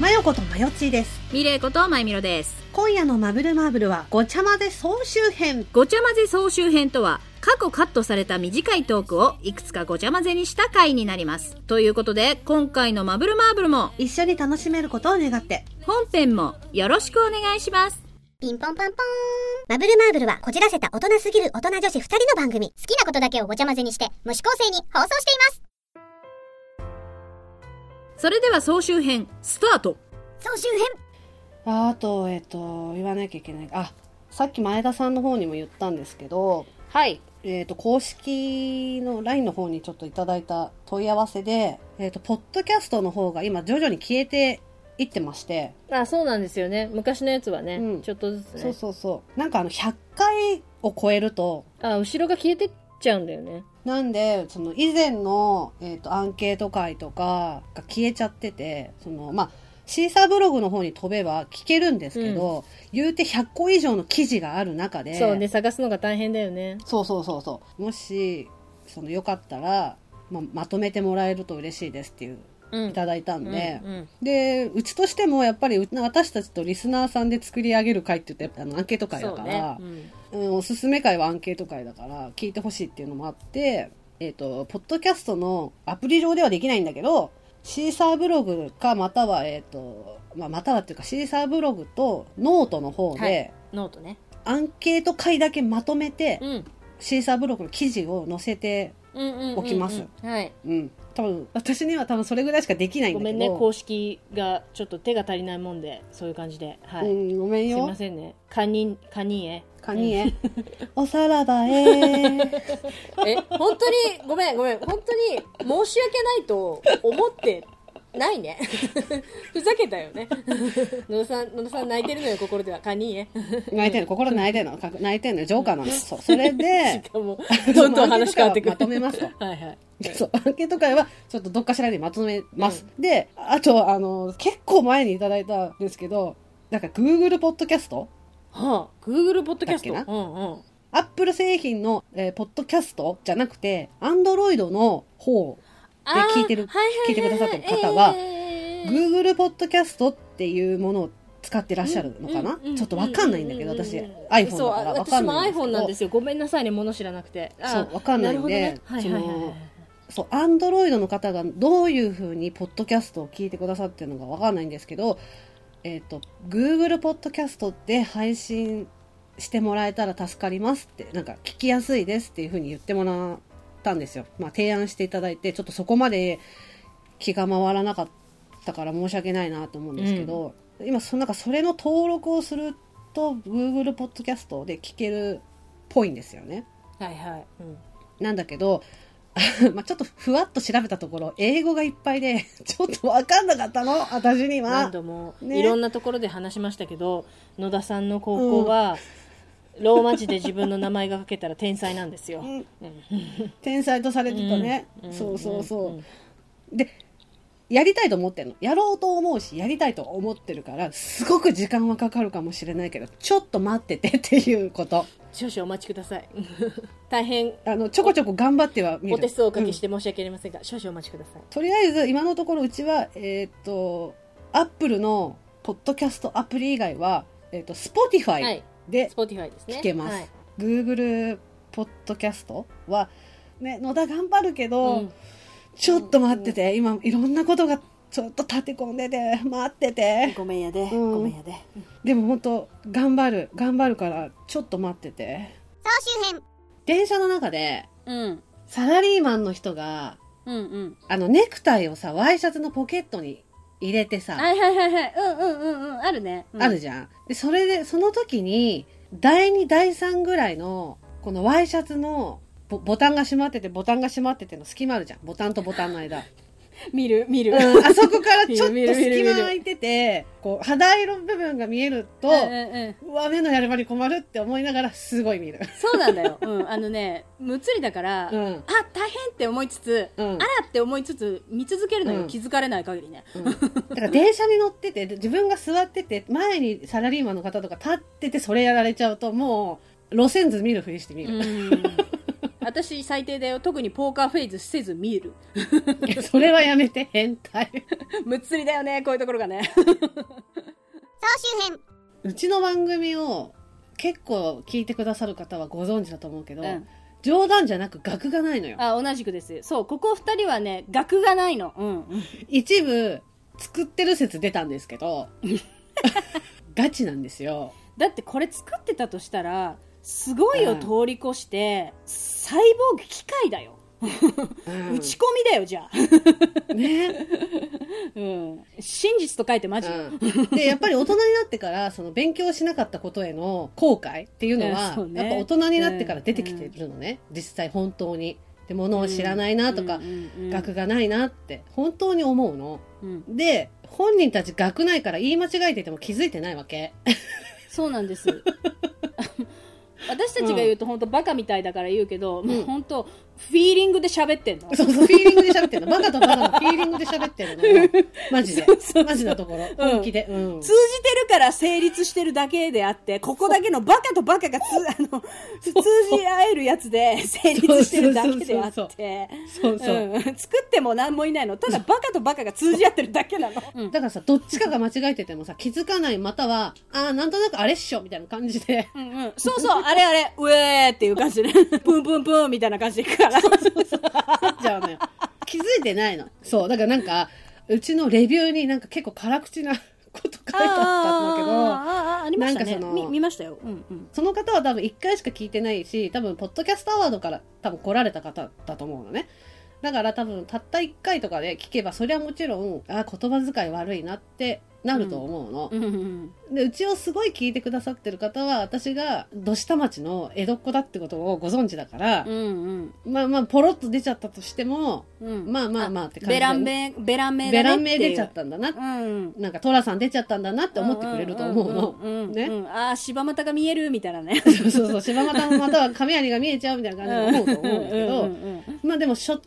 マヨことマヨチーです。ミレイことマイミロです。今夜のマブルマーブルはごちゃ混ぜ総集編。ごちゃ混ぜ総集編とは、過去カットされた短いトークをいくつかごちゃ混ぜにした回になります。ということで、今回のマブルマーブルも、一緒に楽しめることを願って。本編もよろしくお願いします。ピンポンパンポーン。マブルマーブルはこじらせた大人すぎる大人女子二人の番組。好きなことだけをごちゃ混ぜにして、無視構成に放送しています。それでは総集編、スタート総集編。ああと、えっと、言わなきゃいけない。あ、さっき前田さんの方にも言ったんですけど、はい。えっと、公式の LINE の方にちょっといただいた問い合わせで、えっと、ポッドキャストの方が今徐々に消えていってまして、あ、そうなんですよね。昔のやつはねうんちょっとずつそうそうそう。なんかあの、100回を超えると、あ、後ろが消えてっちゃうんだよね。なんで、その以前の、えっとアンケート会とかが消えちゃってて、そのまあ、シーサーブログの方に飛べば聞けるんですけど、言うて100個以上の記事がある中で、そうね、探すのが大変だよね。そうそうそうそう。もし、そのよかったら、まあ、まとめてもらえると嬉しいですっていう、うんいただいたんで、うんうんで、うちとしてもやっぱりう私たちとリスナーさんで作り上げる会って言って、あのアンケート会だから、うんうん、おすすめ会はアンケート会だから聞いてほしいっていうのもあって、えっ、と、ポッドキャストのアプリ上ではできないんだけど、シーサーブログか、または、えっ、と、まあ、またはっていうか、シーサーブログとノートの方はで、ノートね。アンケート会だけまとめて、うん。シーサーブログの記事を載せて、うんうんうんうん起きますはい。うん。多分、私には多分それぐらいしかできないんだごけど。めんね、公式がちょっと手が足りないもんで、そういう感じで。はい。うん、ごめんすいよま。せんね。カニ、カニへ。カニ エ。おさらばえ。え、本当に、ごめんごめん。本当に申し訳ないと思ってないね。 ふざけたよね。野田さん、野田さん泣いてるのよ、心では。カニへ。泣いてんの、心泣いてんの、か泣いてんの、ジョーカーなんです。そう、それ で、もう、どんどん話変わってくる。まとめますと。はいはい。そう、アンケート会は、ちょっとどっかしらにまとめます。で、あと、あの、結構前にいただいたんですけど、なんか Google ポッドキャストはあ、Google ポッドキャスだっけト。うんうん。アップル製品の、えーポッドキャストじゃなくて、Android の方、であー聞いてるははは聞いてくださってる方はえー Google ポッドキャストっていうものを使ってらっしゃるのかなうんうんちょっとわかんないんだけど、うう私、う iPhone んうんだそうからわか私んもないんですけど。 iPhone なんですよごめんなさいね物知らなくてあーそう、わかんないんで、るほどねはいはいはいその、そう、アンドロイドの方がどういうふうにポッドキャストを聞いてくださってるのかわかんないんですけど、えっ、と、Google ポッドキャストで配信してもらえたら助かりますって、なんか聞きやすいですっていうふうに言ってもらったんですよ。まあ提案していただいて、ちょっとそこまで気が回らなかったから申し訳ないなと思うんですけど、今その、なんかそれの登録をすると Google ポッドキャストで聞けるっぽいんですよね。はいはいうんなんだけど、 まあちょっとふわっと調べたところ、英語がいっぱいで、 ちょっとわかんなかったの、私に何は。度もねいろんなところで話しましたけど野田さんの高校はローマ字で自分の名前が書けたら天才な んですようん天才とされてたね。うんそうそうそう。んんで、やりたいと思ってるの。やろうと思うし、やりたいと思ってるから、すごく時間はかかるかもしれないけど、ちょっと待っててっていうこと。少々お待ちください 大変あの、ちょこちょこ頑張っては見る。、お手数をおかけしてて申し訳ありませんが少々お待ちくださいとりあえず、今のところうちは、えーっと、アップルのポッドキャストアプリ以外は、えーっと、Spotify で、はい Spotify ですね聞けます、はい Google ポッドキャストは、ね、野田頑張るけど、うんちょっと待ってて今いろんなことがちょっと立て込んでて待っててごめんやでうんごめんやででも本当頑張る頑張るからちょっと待ってて総集編。電車の中でうんサラリーマンの人がうんうんあのネクタイをさワイシャツのポケットに入れてさ、はいはいはいはい。うんうんうんうん。あるね。うんあるじゃんでそれでその時に第2第3ぐらいのこのワイシャツのボボタンが閉まっててボタンが閉まってての隙間あるじゃんボタンとボタンの間見る見る。うんあそこからちょっと見る見る見隙る間空いてて、こう、肌色部分が見えると、 うんうんうんうわ、目のやる場に困るって思いながらすごい見る。そうなんだよ。うん。あのね、むつりだから、うんあ、大変って思いつつ、うんあらって思いつつ、見続けるのよ。うん気づかれない限りね。だから電車に乗ってて、で自分が座ってて、前にサラリーマンの方とか立っててそれやられちゃうと、もう、路線図見るふりして見うる。ん。私最低だよ。特にポーカーフェイズせず見る。いや それはやめて、変態。むっつりだよね、こういうところがね。総集編うちの番組を結構聞いてくださる方はご存知だと思うけど、うん冗談じゃなく額がないのよ。あ、同じくです。そう、ここ二人はね、額がないの。うん。一部、作ってる説出たんですけど、ガチなんですよ。だってこれ作ってたとしたら、すごいうをん通り越して、サイボーグ機械だよ。うん打ち込みだよ、じゃあ。ね、 うん。真実と書いてマジ。うんで、やっぱり大人になってから、その勉強しなかったことへの後悔っていうのうんは、そうねやっぱ大人になってから出てきてるのね。実際本当に。で、物を知らないなとか、うんうんうん額がないなって、本当に思うの。うんで、本人たち学内から言い間違えてても気づいてないわけ。そうなんです 私たちが言うと本当バカみたいだから言うけど、もう本当フィーリングで喋ってんの、 そうそう、フィーリングで喋ってるの。バカとバカのフィーリングで喋ってるのよ。マ ジで。マジなところ。うん本気で。うん。通じてるから成立してるだけであってここだけのバカとバカがつあの通じ合えるやつで成立してるだけであっそうそうてそうそう。うん作っても何もいないのただバカとバカが通じ合ってるだけなの、うんだからさ、どっちかが間違えててもさ、気づかないまたは、ああ、なんとなくあれっしょみたいな感じで。うんうん、 そうそう、あれあれ、うえーっていう 感じで、プンプンプンみたいな感じでいくから。なっちゃうのよ。気づいてないの。そう。だからなんか、うちのレビューになんか結構辛口なこと書いてあったんだけど、あーあーあーありましたねなんかそのみ見ましたよ、うんうん、その方は多分一回しか聞いてないし、多分、ポッドキャストアワードから多分来られた方だと思うのね。だから多分、たった一回とかで聞けば、そりゃもちろん、あー言葉遣い悪いなってなると思うの。うんうんで、うちをすごい聞いてくださってる方は、私が、土下町の江戸っ子だってことをご存知だからうんう、んまあまあ、ポロッと出ちゃったとしても、うんまあまあまあって感じベラン名ベラン名ベラン名出ちゃったたんだな、うんなんか、トラさん出ちゃったんだなって思ってくれると思うの。んんんんねうんああ柴又が見えるみたいなねそうそうそう、柴又または亀有が見えちゃうみたいな感じで思うと思うんだけど、うんうんうんまあでも初見っ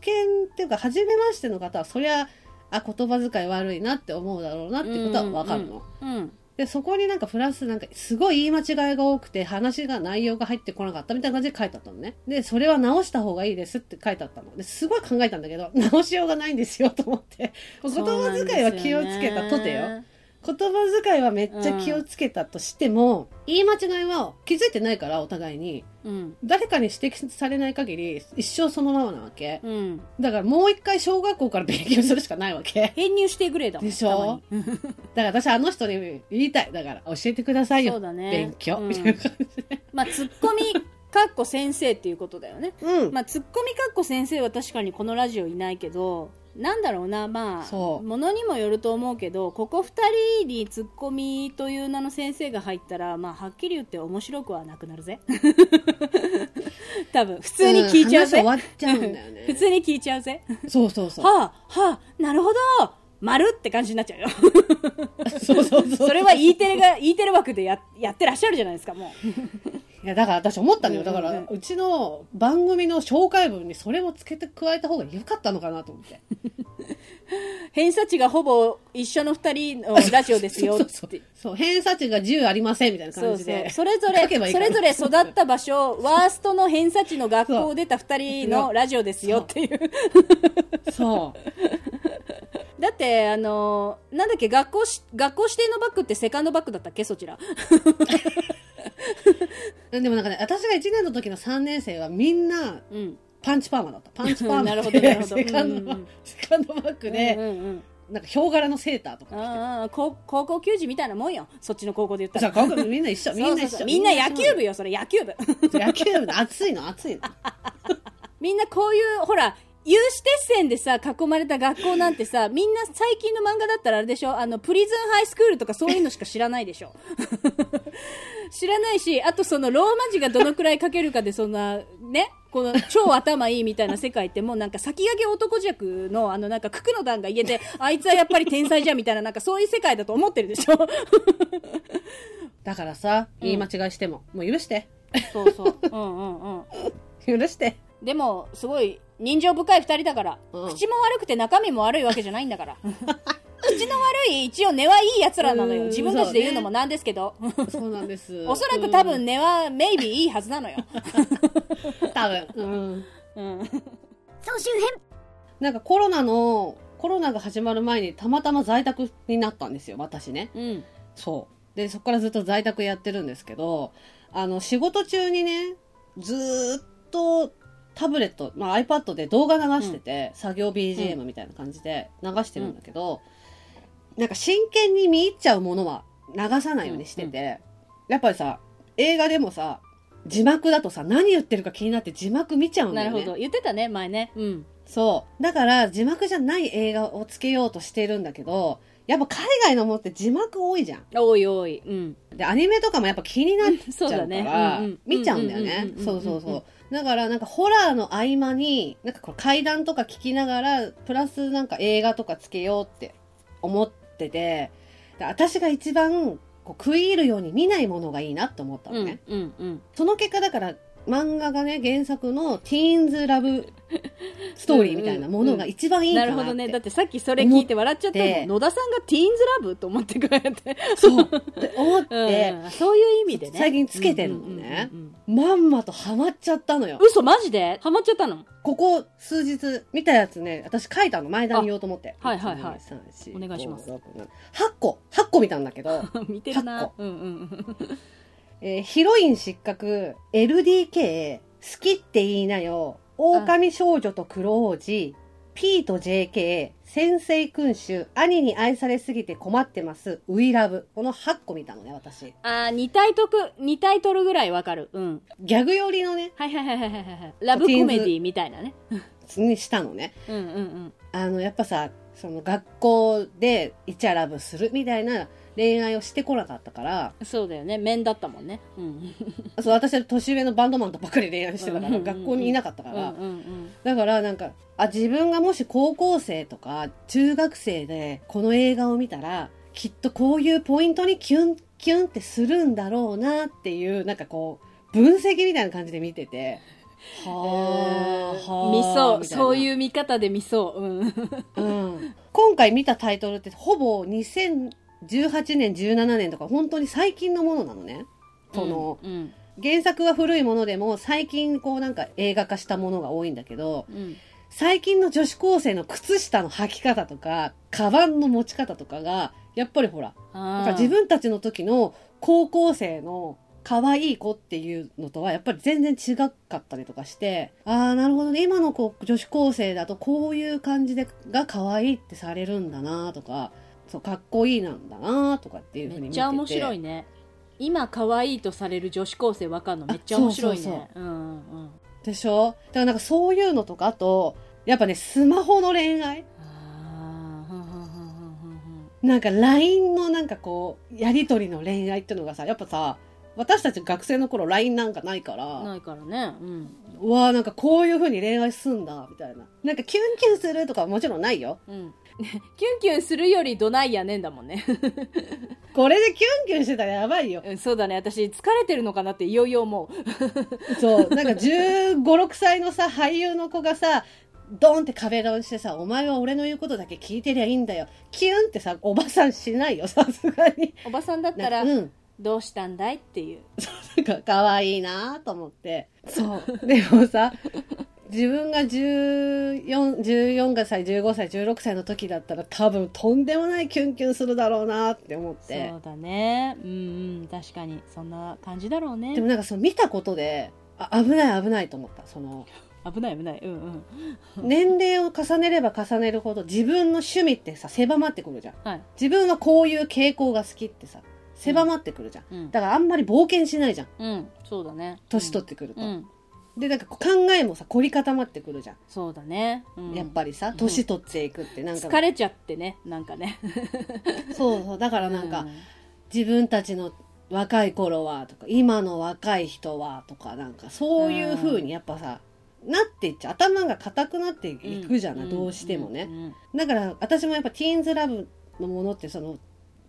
ていうか初めましての方はそりゃあ言葉遣い悪いなって思うだろうなってことはわかるの。うんうんでそこになんかプラスなんかすごい言い間違いが多くて話が内容が入ってこなかったみたいな感じで書いてあったのね。でそれは直した方がいいですって書いてあったの。ですごい考えたんだけど直しようがないんですよと思って言葉遣いは気をつけたとてよ。言葉遣いはめっちゃ気をつけたとしても、言い間違いは気づいてないからお互いにうん誰かに指摘されない限り一生そのままなわけ、うんだからもう一回小学校から勉強するしかないわけ 編入してくれだもんでしょたまにだから私あの人に言いたいだから教えてくださいよそうだね勉強、うんみたいな感じでまあツッコミかっこ先生っていうことだよねうん、まあ、ツッコミかっこ先生は確かにこのラジオいないけどなんだろうなまあそうものにもよると思うけどここ2人にツッコミという名の先生が入ったら、まあ、はっきり言って面白くはなくなるぜ 多分普通に聞いちゃうぜ、ん話終わっちゃうんだよね 普通に聞いちゃうぜ そうそうそうはあはあなるほど丸って感じになっちゃうよそうそうそうそれは E テレが E テレ枠でややってらっしゃるじゃないですかもういやだから私思ったのよだかうんらうんうちの番組の紹介文にそれもつけて加えた方が良かったのかなと思って偏差値がほぼ一緒の2人のラジオですよ そっうそうてそう偏差値が10ありませんみたいなそ感うじそうでそれぞ書けばいいれそかなれぞれ育った場所ワーストの偏差値の学校を出た2人のラジオですよっていう そう だってあのーなんだっけ学校し学校指定のバッグってセカンドバッグだったっけそちらでもなんかね、私が1年の時の3年生はみんなうんパンチパーマだった。パンチパーマ なるほどなるほどセカンドうんうんセカンドバッグうで、んうんなんかヒョウ柄のセーターとうかん着てああ高高校球児みたいなもんよそっちの高校で言ったた。じゃあ、らここみんな一緒、みんなそう一そ緒。うそうみんな野球部よそれ野球部部。野球部の熱いの、熱いの。みんなこういうほら有志鉄線でさ囲まれた学校なんてさみんな最近の漫画だったらあれでしょあのプリズンハイスクールとかそういうのしか知らないでしょ 知らないしあとそのローマ字がどのくらい書けるかでそんなねこの超頭いいみたいな世界ってもうなんか先駆け男弱のあのなんか九九の段が言えてあいつはやっぱり天才じゃんみたいななんかそういう世界だと思ってるでしょだからさ、言い間違いしても、もう許して。そうそううんうんうん許して。でもすごい人情深い2人だから、うん 口も悪くて中身も悪いわけじゃないんだから人口の悪い、一応根はいい奴らなのうんよ。自分たちで言うのもなんですけど。そうなんです。 おそらく多分根は、メイビーいいはずなのよ。うん、多分。うん。うん。総集編なんかコロナの、コロナが始まる前にたまたま在宅になったんですよ、私ね。うん。そう。で、そこからずっと在宅やってるんですけど、あの、仕事中にね、ずーっとタブレット、まあ、iPad で動画流してて、作業 BGM みたいな感じで流してるんだけど、なんか真剣に見入っちゃうものは流さないようにしてて、やっぱりさ、映画でもさ、字幕だとさ、何言ってるか気になって字幕見ちゃうんだなよるね。ほど。言ってたね、前ね。うん。そう。だから、字幕じゃない映画をつけようとしてるんだけど、やっぱ海外のものって字幕多いじゃん。おいおい。うん。で、アニメとかもやっぱ気になっちゃそううかだねら、うんうん見ちゃうんだよねうんうんうんうんうんう。んそうそうそう。だから、なんかホラーの合間に、なんかこう階段とか聞きながら、プラスなんか映画とかつけようって思ってて、で私が一番こう食い入るように見ないものがいいなって思ったのね。うん。うん。その結果だから漫画がね原作のティーンズラ ブストーリーみたいなものが一番いいかななるって。ほどね。だってさっきそれ聞いて笑っちゃった思ってもん野田さんがティーンズラブと思ってくれて。そうって思って、 うんそういう意味でね。最近つけてるのねうんうんうんまんまとハマっちゃったのようん。嘘マジでハマっちゃったの ここ数日見たやつね私書いたの前段に言おうと思ってあはいはいはい1 2 3 4お願いします5 6 7 8個8個見たんだけ ど、見てるな百。うんうんえーヒロイン失格 LDK 好きって言いなよ狼少女と黒王子 P と JK 先生君主兄に愛されすぎて困ってますウィラブこの8個見たのね私うん。あー、2タイトル、二タイトルぐらいわかる。うん。ギャグ寄りのねはいはいはいはいはいはい。ラブコメディみたいなね。にしたのねうんうんうん。あのやっぱさその学校でイチャラブするみたいな恋愛をしてこなかったからそうだよね。面だったもんね。うん。そう私は年上のバンドマンとばっかり恋愛してたかうんうんらうんうん学校にいなかったかうんら、うんだからなんかあ自分がもし高校生とか中学生でこの映画を見たらきっとこういうポイントにキュンキュンってするんだろうなっていうなんかこう分析みたいな感じで見てて。 うん。はあ、はあ。見そう。みたいなそういう見方で見そう。うん。うん今回見たタイトルってほぼ2018年17年とか本当に最近のものなのね。その、うん原作は古いものでも最近こうなんか映画化したものが多いんだけどうん。最近の女子高生の靴下の履き方とかカバンの持ち方とかがやっぱりほらなんあかー自分たちの時の高校生の可愛い子っていうのとはやっぱり全然違かったりとかして、ああ、なるほどね。今の子、女子高生だとこういう感じでが可愛いってされるんだなとか、そう、かっこいいなんだなとかっていうふうにめ見ってて。ちゃ面白いね今可愛いとされる女子高生わかんのめっちゃ面白いあそうそうねうんうんうんでしょだからなんかそういうのとか、あと、やっぱね、スマホの恋愛あーふんふんふんふんふんふんなんか LINE のなんかこう、やりとりの恋愛っていうのがさ、やっぱさ、私たち学生の頃 LINE なんかないから、ないからねうんうわあなんかこういう風に恋愛すんだみたいななんかキュンキュンするとかはもちろんないようん キュンキュンするよりどないやねんだもんね、これでキュンキュンしてたらやばいようん、そうだね私疲れてるのかなっていよいよ思う そうなんか1 5 6歳のさ俳優の子がさドンって壁ドンしてさ「お前は俺の言うことだけ聞いてりゃいいんだよ」キュンってさおばさんしないよさすがにおばさんだったらうんどうしたんだいっていうなんか可愛いなと思ってそうでもさ自分が14 14歳15歳16歳の時だったら多分とんでもないキュンキュンするだろうなって思ってそうだねうんうん確かにそんな感じだろうねでもなんかその見たことであ危ない危ないと思ったそ の危ない危ないうんうん年齢を重ねれば重ねるほど自分の趣味ってさ狭まってくるじゃんはい、自分はこういう傾向が好きってさ狭まってくるじゃん、うんだからあんまり冒険しないじゃんうん、そうだね年取っててくると、うん、でなんかこう考えもさ凝り固まってくるじゃん、そうだね、うん、やっぱりさ年取っていくってなんか、疲れちゃってねなんかねそうそうだからなんか、自分たちの若い頃はとか今の若い人はとかなんかそういう風にやっぱさ、なっていっちゃう頭が固くなっていくじゃない、どうしてもね、だから私もやっぱティーンズラブのものってその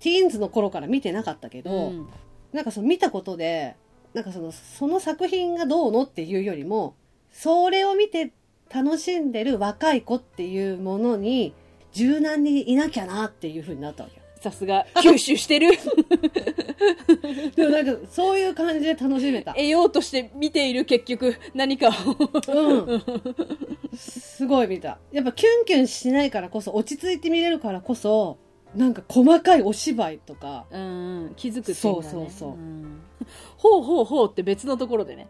ティーンズの頃から見てなかったけど、うんなんかその見たことでなんかそのその作品がどうのっていうよりもそれを見て楽しんでる若い子っていうものに柔軟にいなきゃなっていう風になったわけよ。さすが、吸収し てる。でも なんか、そういう感じで楽しめた。得ようとして見ている結局、何かを。うん。すごい見た。やっぱキュンキュンしないからこそ、落ち着いて見れるからこそ、なんか細かいお芝居とか、うん、気づくっていうか、ね、そうそうそうんほうほうほうって別のところでね。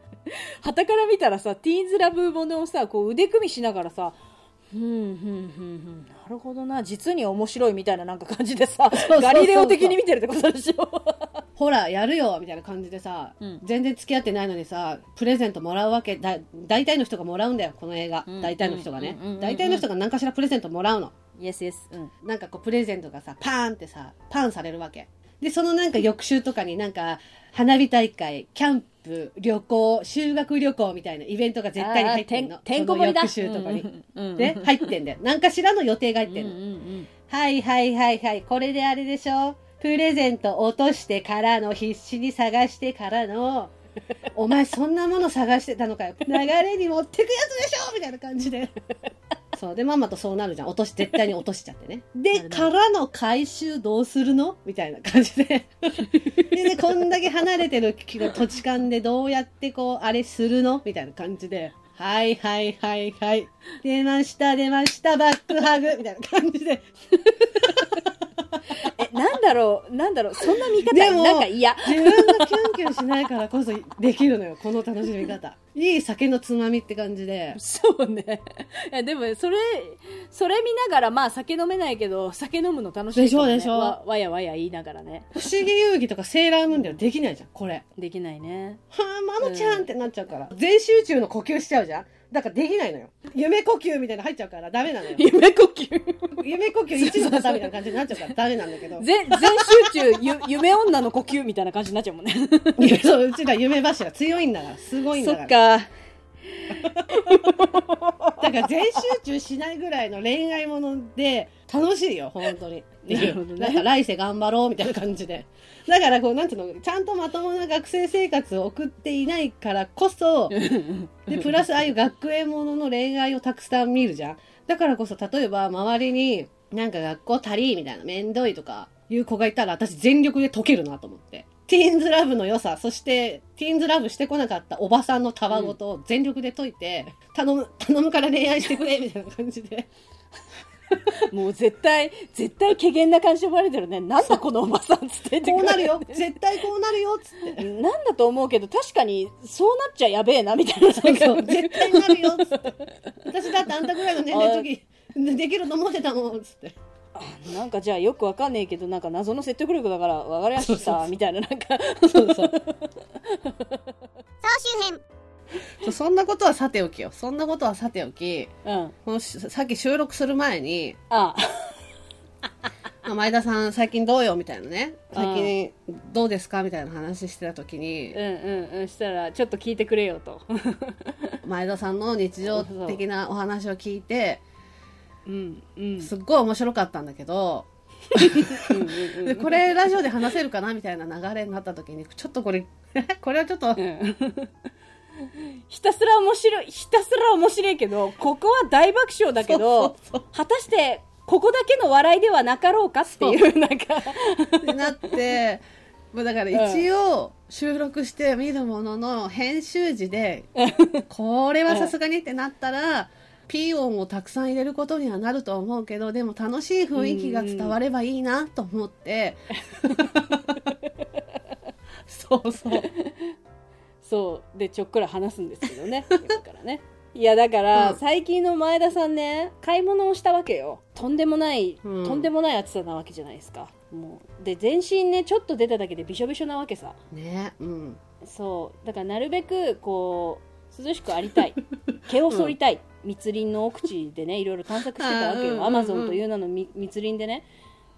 旗から見たらさ、ティーンズラブものをさ、こう腕組みしながらさ、ふんふんふんふん、なるほどな、実に面白いみたいななんか感じでさ、うそうそうガリレオ的に見てるってことでしょ。ほら、やるよみたいな感じでさ、うん全然付き合ってないのにさ、プレゼントもらうわけ、だ、大体の人がもらうんだよ、この映画。うん大体の人がねうんうんうん。大体の人が何かしらプレゼントもらうの。イエスイエス。うん。なんかこう、プレゼントがさ、パーンってさ、パンされるわけ。で、そのなんか翌週とかになんか、花火大会、キャンプ、旅行、修学旅行みたいなイベントが絶対に入ってんの。あーてんてんこ盛りだ。その翌週とかに。うんうんうん、ね、入ってん だよ。何かしらの予定が入っうんうてんんうの。ん。はいはいはいはい。これであれでしょプレゼント落としてからの、必死に探してからの、お前そんなもの探してたのかよ。流れに持ってくやつでしょみたいな感じ で。そう。で、ママとそうなるじゃん。落とし、絶対に落としちゃってね。なで、るなるからの回収どうするのみたいな感じで。でね、こんだけ離れてる土地勘でどうやってこう、あれするのみたいな感じで。はいはいはいはい。出ました出ました、バックハグみたいな感じで。え、なんだろう、なんだろう、そんな見方、でもなんか嫌。自分がキュンキュンしないからこそできるのよ、この楽しみ方。いい酒のつまみって感じで。そうね。 え、でも、それ、それ見ながら、まあ、酒飲めないけど、酒飲むの楽しい、ね。でしょでしょわわやわや言いながらね。不思議遊戯とかセーラームーンではできないじゃん、これ。できないね。 はあ、マモちゃんってなっちゃうから。全集中の呼吸しちゃうじゃんだからできないのよ。夢呼吸みたいなの入っちゃうからダメなのよ。夢呼吸。夢呼吸一時の差みたいな感じになっちゃうからダメなんだけど。全、全集中、ゆ、夢女の呼吸みたいな感じになっちゃうも んね。いやそう、うちら夢柱強いんだから、すごいんそだかっら。か。だから全集中しないぐらいの恋愛もので、楽しいよ、本当に。って ないるほどう。ねなんか来世頑張ろうみたいな感じで。だからこう、なんていうの、ちゃんとまともな学生生活を送っていないからこそ、で、プラスああいう学園ものの恋愛をたくさん見るじゃん。だからこそ、例えば周りに、なんか学校足りーみたいな、めんどいとか、いう子がいたら、私全力で解けるなと思って。ティーンズラブの良さ、そして、ティーンズラブしてこなかったおばさんのたわごとを全力で解いて、頼む、頼むから恋愛してくれみたいな感じ で。 もう絶対、絶対、怪げな感じで思われてるね。なんだこのおばさんつって言ってこくうなるよ絶対こうなるよっつって。 なんだと思うけど、確かに、そうなっちゃやべえな、みたいな。そうそう、絶対になるよっつって。私だってあんたぐらいの年齢の 時、できると思ってたもんっつって。なんかじゃあよくわかんねえけど、なんか謎の説得力だから、わかりまそうしそうそた、うみたいな、なんか。 そうそ総集編う。そうそんなことはさておきよ。そんなことはさておき、うん。このしさっき収録する前に、ああ。まあ前田さん最近どうよみたいなね。最近どうですかみたいな話してた時にうん、うんうん。したら、ちょっと聞いてくれよと。前田さんの日常的なお話を聞いて、 うんうん。すっごい面白かったんだけど、うんうんうんで、これラジオで話せるかなみたいな流れになった時に、ちょっとこれ、これはちょっと、ひたすら面白い、ひたすら面白いけど、ここは大爆笑だけど、そうそうそう果たして、ここだけの笑いではなかろうかっていう、なんか、ってなって、まあ、だから一応収録して見るものの編集時 で、これはさすがにってなったら、ピー音をたくさん入れることにはなると思うけど、でも楽しい雰囲気が伝わればいいなと思って。そうそう。そう。で、ちょっくら話すんですけど ね。だからね。いや、だから、うん最近の前田さんね、買い物をしたわけよ。とんでもない、うんとんでもない暑さなわけじゃないですか。もう。で、全身ね、ちょっと出ただけでびしょびしょなわけさ。ね、うん。そう。だから、なるべく、こう、涼しくあり たい。毛を剃りたい。密林の奥地でね、いろいろ探索してたわけあーうんうんうんよ。アマゾンという名のみ密林でね、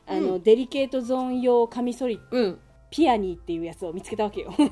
あの、デリケートゾーン用カミソリ、うん。ピアニーっていうやつを見つけたわけよ。 う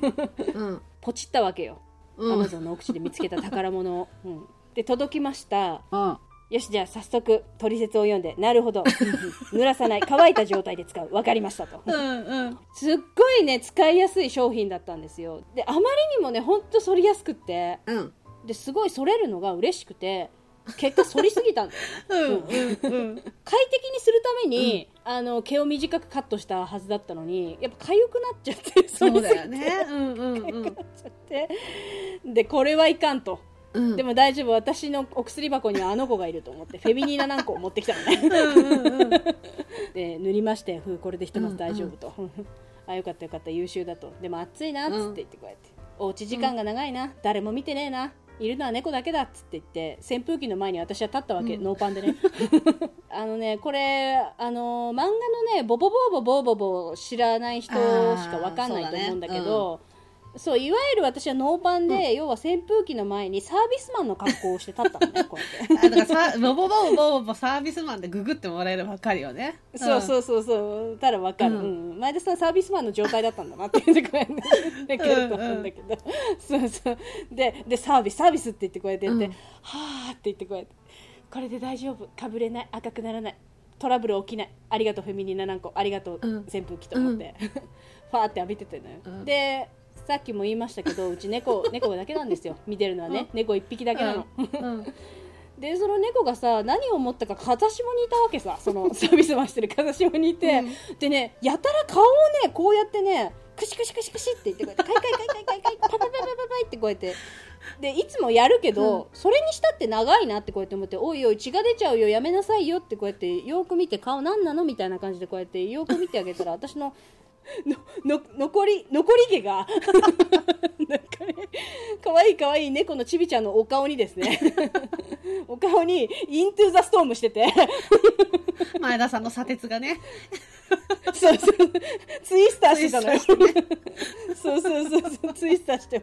ん。ポチったわけよ。うアん。マゾンの奥地で見つけた宝物を、うん、で届きましたうん。よしじゃあ早速取説を読んでなるほどうんうん濡らさない乾いた状態で使う分かりましたとうん。うん。すっごいね使いやすい商品だったんですよであまりにもねほんと反りやすくってうん。ですごい反れるのが嬉しくて結果反りすぎたんだよね うんうんうん快適にするために、あの毛を短くカットしたはずだったのにやっぱ痒くなっちゃってそ反りうすだよねうんうんうんぎ てでこれはいかんと。うんでも大丈夫私のお薬箱にはあの子がいると 思ってフェミニーナなんかを持ってきたのねうんうんうん で塗りましたよふうこれでひとまず大丈夫と、 あよかったよかった優秀だとでも暑いなっつって言ってこうやって、おうち時間が長いな、誰も見てねえないるのは猫だけだっつって言って扇風機の前に私は立ったわけ、うんノーパン でねあのねこれあの漫画のねボボボーボボーボボー知らない人しかわかんないと思うんだけどそういわゆる私はノーパンで、要は扇風機の前にサービスマンの格好をして立ったのねこうやってあだからさボボボボボボサービスマンでググってもらえればわかるよね。そううそうそうそうたらわかる、ううんん前田さんサービスマンの状態だったんだなって言ってくれるんだけ どと思うんだけど、そうそうででサービスサービスって言ってこうやってやって、うんはあって言ってこうやってこれで大丈夫かぶれない赤くならないトラブル起きないありがとうフェミニーナ何個ありがとう、うん扇風機と思って、 ファーって浴びてたのよ、うんでさっきも言いましたけどうち猫猫だけなんですよ見てるのはね、うん猫一匹だけなの、んうんでその猫がさ何を思ったか風下にいたわけさそのサービスマンしてる風下にいて、でねやたら顔をねこうやってねクシクシクシクシって言ってこうやってカイカイカイカイカイカイパパパパパパイってこうやってでいつもやるけど、それにしたって長いなってこうやって思っておいおい血が出ちゃうよやめなさいよってこうやってよく見て顔なんなのみたいな感じでこうやってよく見てあげたら私ののの残り残り毛がなんかね可愛い可愛い猫のちびちゃんのお顔にですねお顔にイントゥーザストームしてて 前田さんの砂鉄がね。そうそうツイスターしてたのよツイスそうそうそうそうツイスターして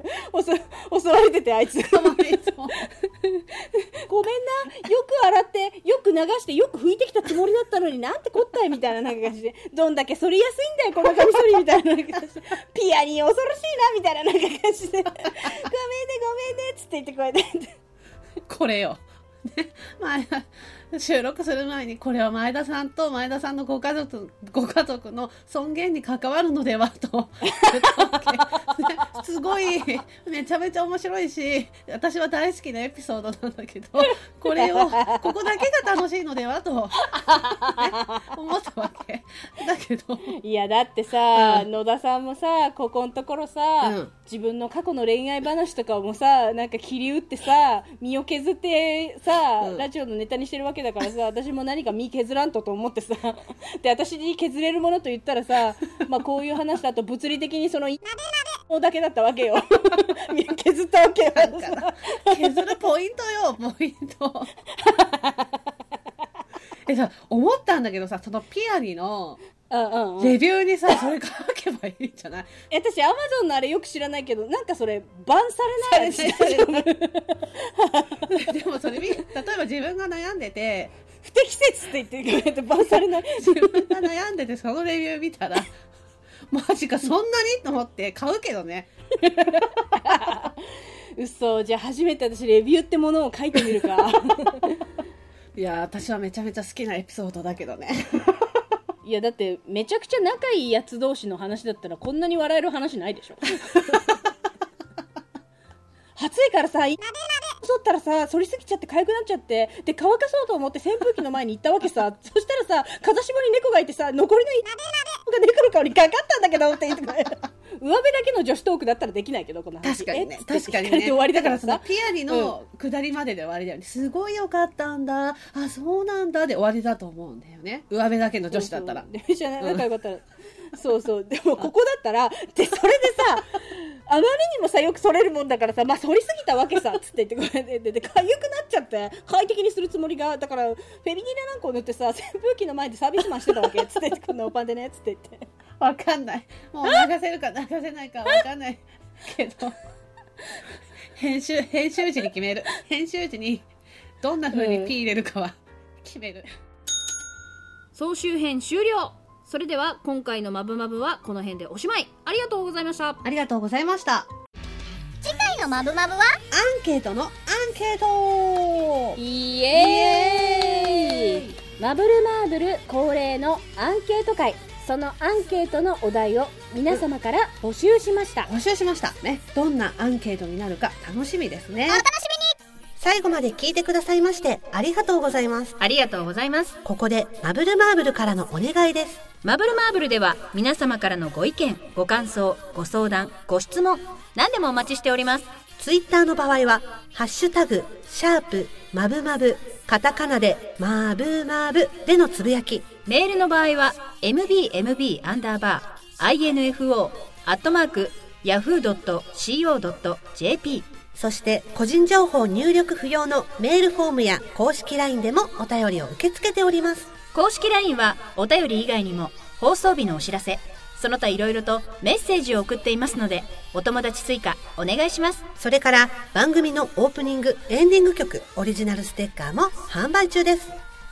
襲襲われててあいつたまにいつもごめんなよく洗ってよく流してよく拭いてきたつもりだったのになんてこったいみたいななんか感じでどんだけ反りやすいんだよこの髪反りみたいな なんか感じでピアニー恐ろしいなみたいななんか感じでごめんねごめんねつって言ってこうやってこれよ。 ね、前田収録する前にこれは前田さんと前田さんのご家族ご家族の尊厳に関わるのでは と言ったわけ、ねすごいめちゃめちゃ面白いし私は大好きなエピソードなんだけどこれをここだけが楽しいのではと、ね思ったわけだけどいやだってさ、うん野田さんもさここのところさ、うん自分の過去の恋愛話とかもさなんか切り打ってさ身を削ってさ、うんラジオのネタにしてるわけだからさ私も何か身削らんとと思ってさ で私に削れるものと言った らさ、まあ、こういう話だと物理的にそのおだけだったわけよ 身を削ったわけよだから削るポイントよポイント えさ思ったんだけどさそのピアニのうんうんうんレビューにさそれ書けばいいんじゃない 私アマゾンのあれよく知らないけどなんかそれバンされない されなでもそれ見例えば自分が悩んでて不適切って言ってくれてバンされ ない自分が悩んでてそのレビュー見たらマジかそんなにと思って買うけどね嘘じゃあ初めて私レビューってものを書いてみる かいや私はめちゃめちゃ好きなエピソードだけどね いやだってめちゃくちゃ仲いいやつ同士の話だったらこんなに笑える話ないでしょ暑いからさい剃ったらさ剃りすぎちゃって痒くなっちゃってで乾かそうと思って扇風機の前に行ったわ けさそしたらさ風下に猫がいてさ残りのが猫の顔にかかったんだけどって言って くれ上辺だけの女子トークだったらできないけどこの話確かにねえっつって確かに聞れねて終わりだからそのさピアニの下りまでで終わりだよね、すごいよかったんだあそうなんだで終わりだと思うんだよね上辺だけの女子だったらそうそうでじゃあ仲良かったら、そうそうでもここだったらでそれでさあまりにもさよくそれるもんだからさまあ反りすぎたわけさつって言ってこれでででかゆくなっちゃって快適にするつもりがだからフェミニーナなんかを塗ってさ扇風機の前でサービスマンしてたわけつって言ってこんなおパンでねつって言ってわかんない。もう流せるか流せないかわかんないけど、編集、編集時に決める。編集時にどんな風に P 入れるかは決める。総集編終了それでは今回の「まぶまぶ」はこの辺でおしまいありがとうございましたありがとうございました。アン次回のマブマブはケートのアンケートイエエーイマブルマーブル恒例のアンケート会そのアンケートのお題を皆様から募集しました募集しましたね。どんなアンケートになるか楽しみですね。お楽しみに最後まで聞いてくださいましてありがとうございます。ありがとうございます。ここでマブルマーブルからのお願いです。マブルマーブルでは皆様からのご意見、ご感想、ご相談、ご質問、何でもお待ちしております。ツイッターの場合は、ハッシュタグ、シャープ、マブマブ、カタカナで、マーブマーブでのつぶやき、メールの場合は mbmb アンダーバー info アットマーク yahoo.co.jp そして個人情報入力不要のメールフォームや公式 LINE でもお便りを受け付けております。公式 LINE はお便り以外にも放送日のお知らせその他いろいろとメッセージを送っていますのでお友達追加お願いしますそれから番組のオープニング、エンディング曲、オリジナルステッカーも販売中です。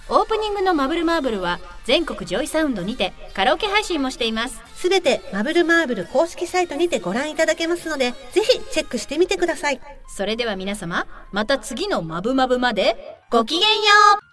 オープニングの「マブルマーブル」は全国ジョイサウンドにてカラオケ配信もしていますすべてマブルマーブル公式サイトにてご覧いただけますので、ぜひチェックしてみてください。それでは皆様また次の「マブマブ」までごきげんよう